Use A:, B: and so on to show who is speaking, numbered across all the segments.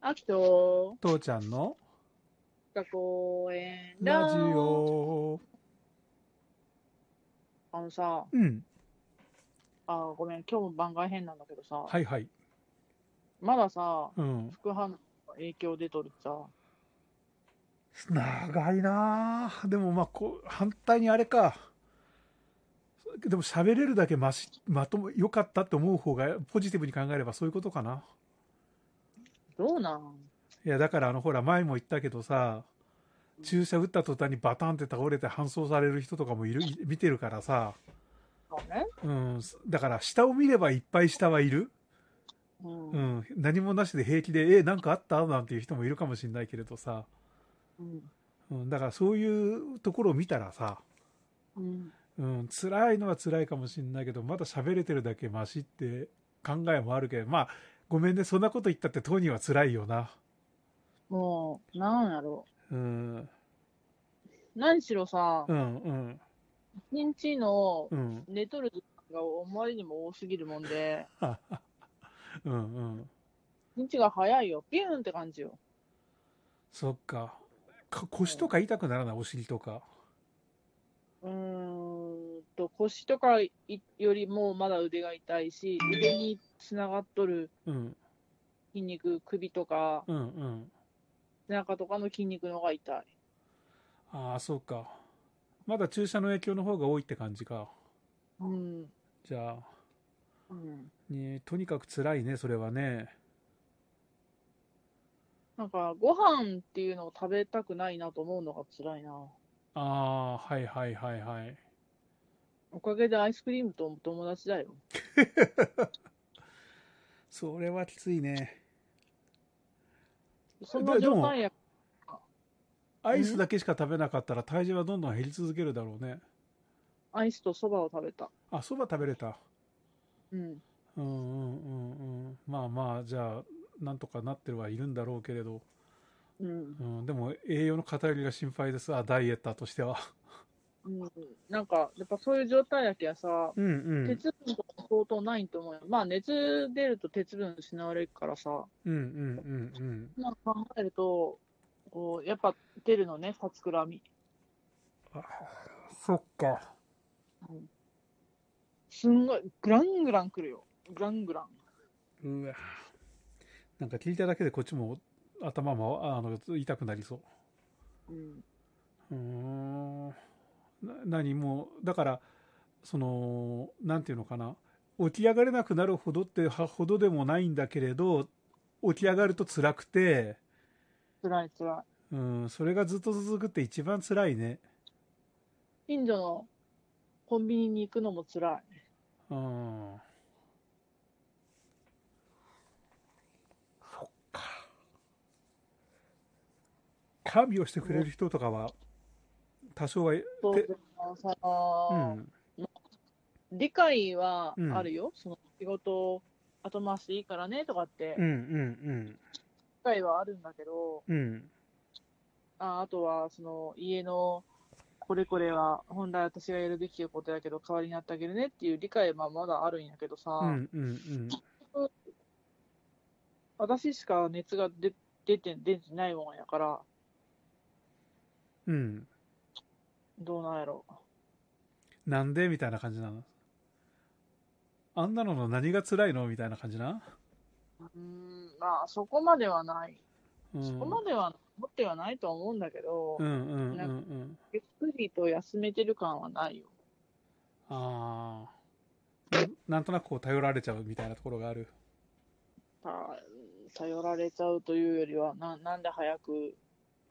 A: あきと、
B: 父ちゃんの
A: 学校園
B: ラジ。オ。
A: あのさ、
B: うん。
A: あー、ごめん、今日も番外編なんだけどさ、
B: はいはい。
A: まださ、
B: うん。
A: 副反応の影響出とるさ、
B: 長いなあでもまあこう、反対にあれか。でも喋れるだけまし、まとも、良かったって思う方がポジティブに考えればそういうことかな。
A: どうなん
B: いや、だからあの、ほら、前も言ったけどさ、注射打った途端にバタンって倒れて搬送される人とかもいる、い見てるからさ、
A: そうね。
B: うん、だから下を見ればいっぱい下はいる。
A: うん。
B: う
A: うん
B: ん、何もなしで平気で、え、なんかあったなんていう人もいるかもしれないけれどさ、うん、だからそういうところを見たらさ、
A: うん
B: うん、辛いのは辛いかもしれないけど、まだ喋れてるだけマシって考えもあるけど、まあ、ごめんね、そんなこと言ったって当人は辛いよな。
A: もう、なんやろ
B: うん、
A: う。何しろさ
B: う、ん、うん、
A: 一日の
B: うん、
A: 寝とる時間があまりにも多すぎるもんで、
B: うん、うん。
A: 一日が早いよ。ピューンって感じよ。
B: そっか。か腰とか痛くならない、お尻とか。
A: うーんと、腰とかいよりもまだ腕が痛いし、腕につながっとる
B: うん、
A: 筋肉、首とか、
B: うん、うん。
A: 背中とかの筋肉の方が痛い。
B: ああ、そうか。まだ注射の影響の方が多いって感じか。
A: うん。
B: じゃあ。
A: うん。
B: ね、とにかく辛いね、それはね。
A: なんか、ご飯っていうのを食べたくないなと思うのが辛いな。
B: ああ、はいはいはいはい。
A: おかげでアイスクリームと友達だよ。
B: それはきついね。
A: そんな状態や、
B: アイスだけしか食べなかったら体重はどんどん減り続けるだろうね。
A: アイスとそばを食べた。
B: あ、そば食べれた。
A: うん。
B: うんうんうんうん。まあまあ、じゃあ、なんとかなってるはいるんだろうけれど。
A: うん。
B: うん、でも栄養の偏りが心配です。あ、ダイエッターとしては。
A: うん。なんか、やっぱそういう状態やけやさ、
B: うんうん。
A: 鉄分とか相当ないと思うよ。まあ、熱出ると鉄分失われるからさ。
B: うんうんうんうん。
A: まあ考えると、こう、やっぱ出るのね、立ちくらみ。
B: そっか。
A: すんごい、グラングラン来るよ。グラングラン。
B: うわ。なんか聞いただけでこっちも頭もあの痛くなりそう。
A: うん。
B: うーんな何もうだからそのなんていうのかな起き上がれなくなるほどってはほどでもないんだけれど起き上がると辛くて、
A: 辛い辛
B: うん、それがずっと続くって一番辛いね、
A: い。近所のコンビニに行くのも辛い。
B: うん、看病してくれる人とかは多少はて
A: そうさ、
B: うん
A: 理解はあるよ。その仕事後回しでいいからねとかって、
B: うんう
A: 理
B: ん
A: 解はあるんだけど、
B: うんうん
A: ああとは、その家の、これこれは本来私がやるべきことだけど代わりになってあげるねっていう理解はまだあるんやけどさ、
B: うんうんうん
A: 私しか熱が出出て出てないもんやから、
B: うん。
A: どうなんやろ。
B: なんでみたいな感じなの。あんなのの何が辛いのみたいな感じな。
A: うーん、まあ、そこまではない。
B: うん。
A: そこまでは、持ってはないとは思うんだけど、
B: うんうんうんうん。
A: ゆっくりと休めてる感はないよ。
B: ああ。ななんとなくこう頼られちゃうみたいなところがある。
A: た頼られちゃうというよりは、ななんで早く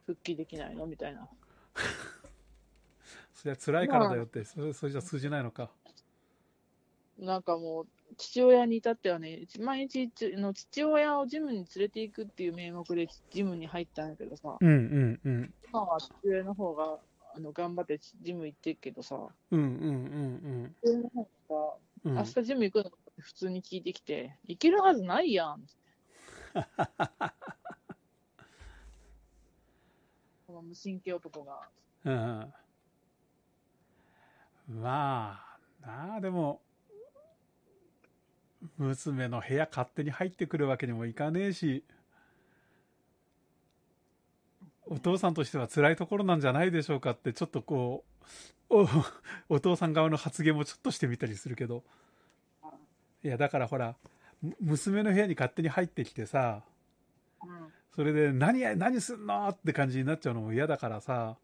A: 復帰できないのみたいな。
B: そりゃ辛いからだよって、それそれじゃ通じないのか。
A: なんかもう、父親に至ってはね、毎日つの父親をジムに連れて行くっていう名目でジムに入ったんやけどさ、
B: うんうんうん。
A: 今は父親の方があの頑張ってジム行ってるけどさ、
B: うんうんうん
A: 普通の方が
B: うん。うん
A: 明日ジム行くのって普通に聞いてきて、行けるはずないやん。この無神経男が。
B: うんまあ、なあ、でも、娘の部屋勝手に入ってくるわけにもいかねえし、お父さんとしては辛いところなんじゃないでしょうかって、ちょっとこう、お、お父さん側の発言もちょっとしてみたりするけど。いや、だからほら、む娘の部屋に勝手に入ってきてさ、
A: うん
B: それで何や、何すんのって感じになっちゃうのも嫌だからさ、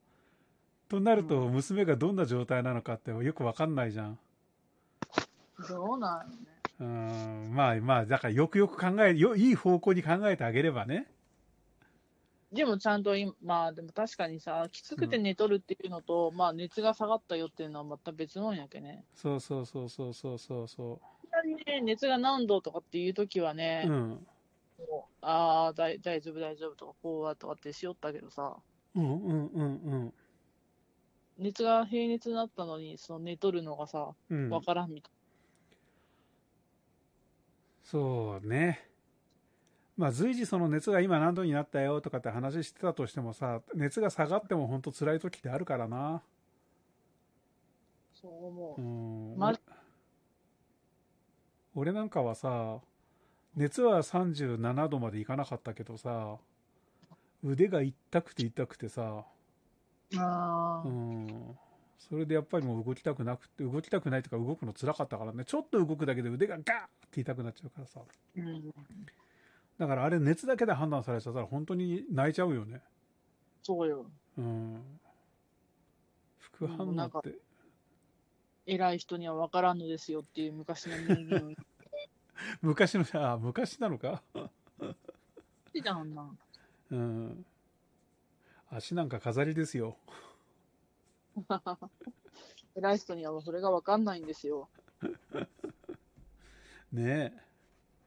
B: となると娘がどんな状態なのかってよくわかんないじゃん。
A: どうなんよね。
B: うーん、まあまあ、だからよくよく考え、よ、いい方向に考えてあげればね。
A: でもちゃんと今、まあでも確かにさ、きつくて寝とるっていうのと、まあ熱が下がったよっていうのはまた別もんやけね。
B: そうそうそうそうそうそうそ
A: いきなりね、熱が何度とかっていうときはね、
B: う。うん。
A: もうああ、だい大丈夫、大丈夫とか、こうだとかってしよったけどさ、
B: うんうんうんうん。
A: 熱が平熱になったのに、その寝とるのがさ、
B: うん
A: わからんみたい
B: そうね。まあ随時その熱が今何度になったよとかって話してたとしてもさ、熱が下がっても本当辛い時ってあるからな。
A: な、そう思
B: う
A: う。
B: ん。
A: ま
B: 俺俺なんかはさ、熱は37度までいかなかったけどさ、腕が痛くて痛くてさ、
A: あ
B: う
A: あ、
B: ん。それでやっぱりもう動きたくなくて、動きたくないとか動くの辛かったからね、ちょっと動くだけで腕がガーって痛くなっちゃうからさ。
A: うん、
B: だからあれ熱だけで判断されちゃったら本当に泣いちゃうよね。
A: そうよ。
B: うん。副反応って。
A: 偉い人には分からんのですよっていう昔の人間を言っ
B: 昔のさ、昔なのか
A: てたもんな。
B: うん。足なんか飾りですよ。
A: 偉い人にはそれが分かんないんですよ。
B: ね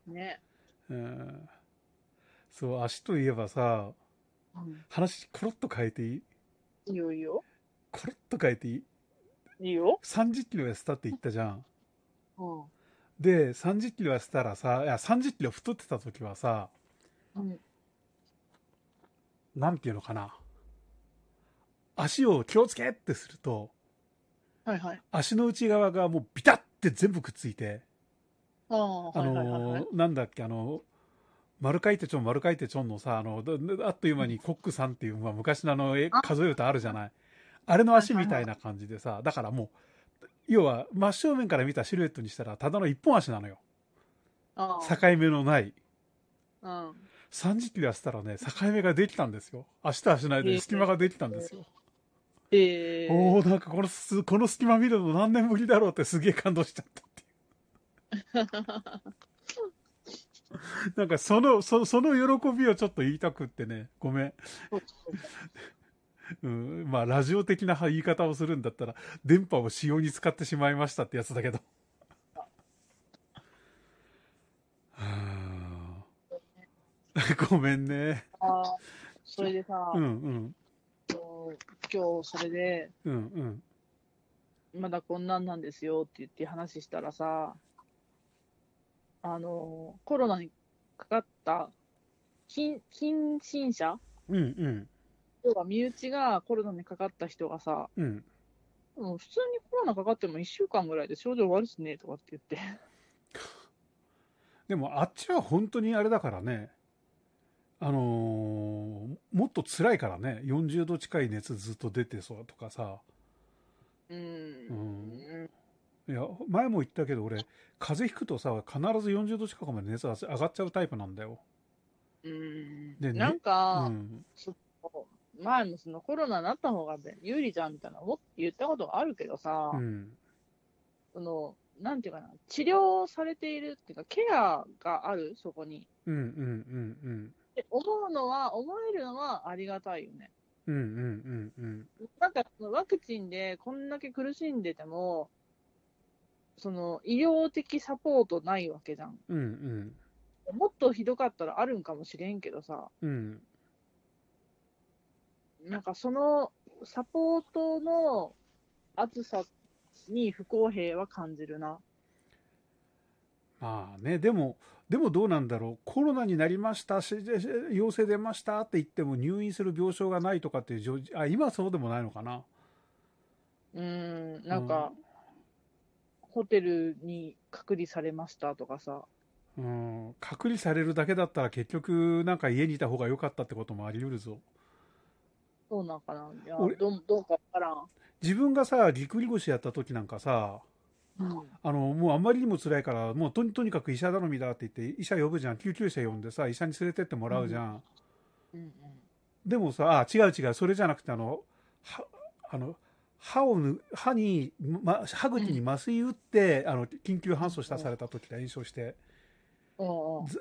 A: ね。
B: え。うん。そう、足といえばさ、
A: うん、
B: 話コロッと変えていい
A: いいよいいよ。
B: コロッと変えていい
A: いいよ。
B: ?30 キロ痩せたって言ったじゃん。
A: うん。
B: で、30キロ痩せたらさ、いや、30キロ太ってた時はさ、
A: うん、
B: なんていうのかな。足を気をつけってすると、
A: はいはい。
B: 足の内側がもうビタって全部くっついて、
A: ああ、
B: あ
A: はいはいはい、はい
B: の、なんだっけ、あの、丸書いてちょん、丸書いてちょんのさ、あの、どあっという間にコックさんっていう、まあ、昔のあの、え
A: あ
B: 数え歌あるじゃない。あれの足みたいな感じでさ、だからもう、要は真正面から見たシルエットにしたら、ただの一本足なのよ。
A: あ
B: 境目のない。
A: あ。うん。
B: 30キロ痩せたらね、境目ができたんですよ。足と足の間に隙間ができたんですよ。
A: ええ
B: おおなんかこのす、この隙間見るの何年ぶりだろうってすげえ感動しちゃったっていう。なんかその、そその喜びをちょっと言いたくってね、ごめん。
A: そうそう
B: うん、まあラジオ的な言い方をするんだったら、電波を使用に使ってしまいましたってやつだけど。はあごめんね。
A: あーそれでさ、
B: うんうん。
A: こう今日それで、
B: うんうん。
A: まだこんなんなんですよって言って話したらさ、あの、コロナにかかった近近親者、
B: うんうん。
A: 要は身内がコロナにかかった人がさ、
B: うん。
A: もう普通にコロナかかっても1週間ぐらいで症状悪すねとかって言って、
B: でもあっちは本当にあれだからね、あのーもっと辛いからね、40度近い熱ずっと出てそうとかさ、
A: うん、
B: んいや、前も言ったけど俺、風邪ひくとさ、必ず40度近くまで熱が上がっちゃうタイプなんだよ。
A: うん、
B: でね
A: なん
B: う
A: か、
B: ん。
A: 前もそのコロナになった方が有利じゃんみたいな思って言ったことがあるけどさ、
B: うん。
A: そのなんていうかな、治療されているっていうか、ケアがある、そこに。
B: うんうんうん
A: で思うのは、思えるのはありがたいよね。
B: うん。うんうんうんうん。
A: なんかそのワクチンでこんだけ苦しんでても、その医療的サポートないわけじゃん。
B: うんうん。
A: もっとひどかったらあるんかもしれんけどさ、
B: うん。
A: なんかそのサポートの厚さに不公平は感じるな。
B: まあね、でも、でもどうなんだろう。コロナになりましたし、し陽性出ましたって言っても入院する病床がないとかっていう状況、あ、今はそうでもないのかな。
A: うーん、なんか、ホテルに隔離されましたとかさ、
B: うん、隔離されるだけだったら結局なんか家にいた方が良かったってこともあり得るぞ。
A: そうなんかな。いや、
B: 俺
A: どうどうかわからん。
B: 自分がさぎっくり腰やった時なんかさ
A: うん
B: あのもうあまりにも辛いからもうとにとにかく医者頼みだって言って医者呼ぶじゃん救急車呼んでさ医者に連れてってもらうじゃん、
A: うん
B: でもさあ違う違うそれじゃなくてあのはあの歯をぬ歯に、ま、歯口に麻酔打って、あの緊急搬送したされた時だ炎症して、
A: うんうん
B: ざ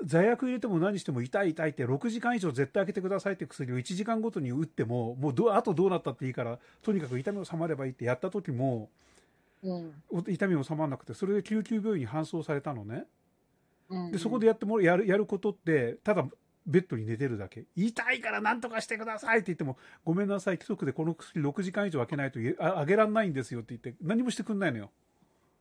B: 罪悪入れても何しても痛い痛いって6時間以上絶対開けてくださいって薬を1時間ごとに打ってももうどうあとどうなったっていいからとにかく痛みを治まればいいってやった時も
A: うん
B: お痛みを治まらなくてそれで救急病院に搬送されたのね
A: うん
B: でそこでやってもらやるやることってただベッドに寝てるだけ痛いから何とかしてくださいって言ってもごめんなさい規則でこの薬6時間以上開けないといえああげらんないんですよって言って何もしてくんないのよ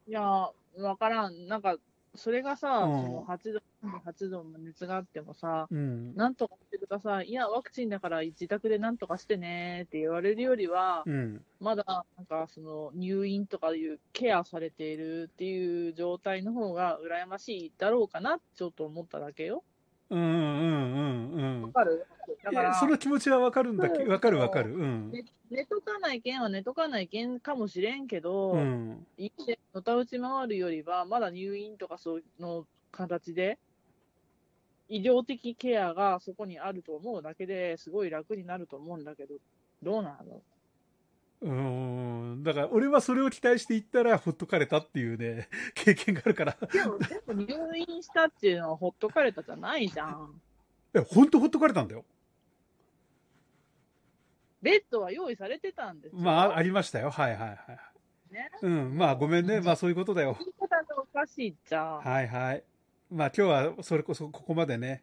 A: いや、わからん。なんか、それがさ、
B: う
A: そ
B: ん
A: の8度、8度も熱があってもさ、
B: うん
A: なんとかしてください。いや、ワクチンだから自宅でなんとかしてねって言われるよりは、
B: うん
A: まだ、なんか、その、入院とかいうケアされているっていう状態の方が羨ましいだろうかな、ちょっと思っただけよ。
B: うんうんうんうん
A: わかるだ
B: い
A: か
B: や
A: ら
B: そ、の気持ちはわかるんだけ
A: うん
B: わかるわかるうん
A: 寝とかないけんは寝とかないけんかもしれんけど、
B: うん
A: 家でのたうち回るよりは、まだ入院とかそういうの形で、医療的ケアがそこにあると思うだけですごい楽になると思うんだけど、どうなの
B: うんだから俺はそれを期待していったらほっとかれたっていうね 経験があるから
A: でも、でも入院したっていうのはほっとかれたじゃないじゃん。
B: いや本当ほっとかれたんだよ
A: ベッドは用意されてたんですよ。
B: まああありましたよはいはいはい
A: ね
B: うんまあごめんねまあそういうことだよ
A: 言い方がおかしいじゃん。
B: はいはい。まあ今日はそれこそここまでね。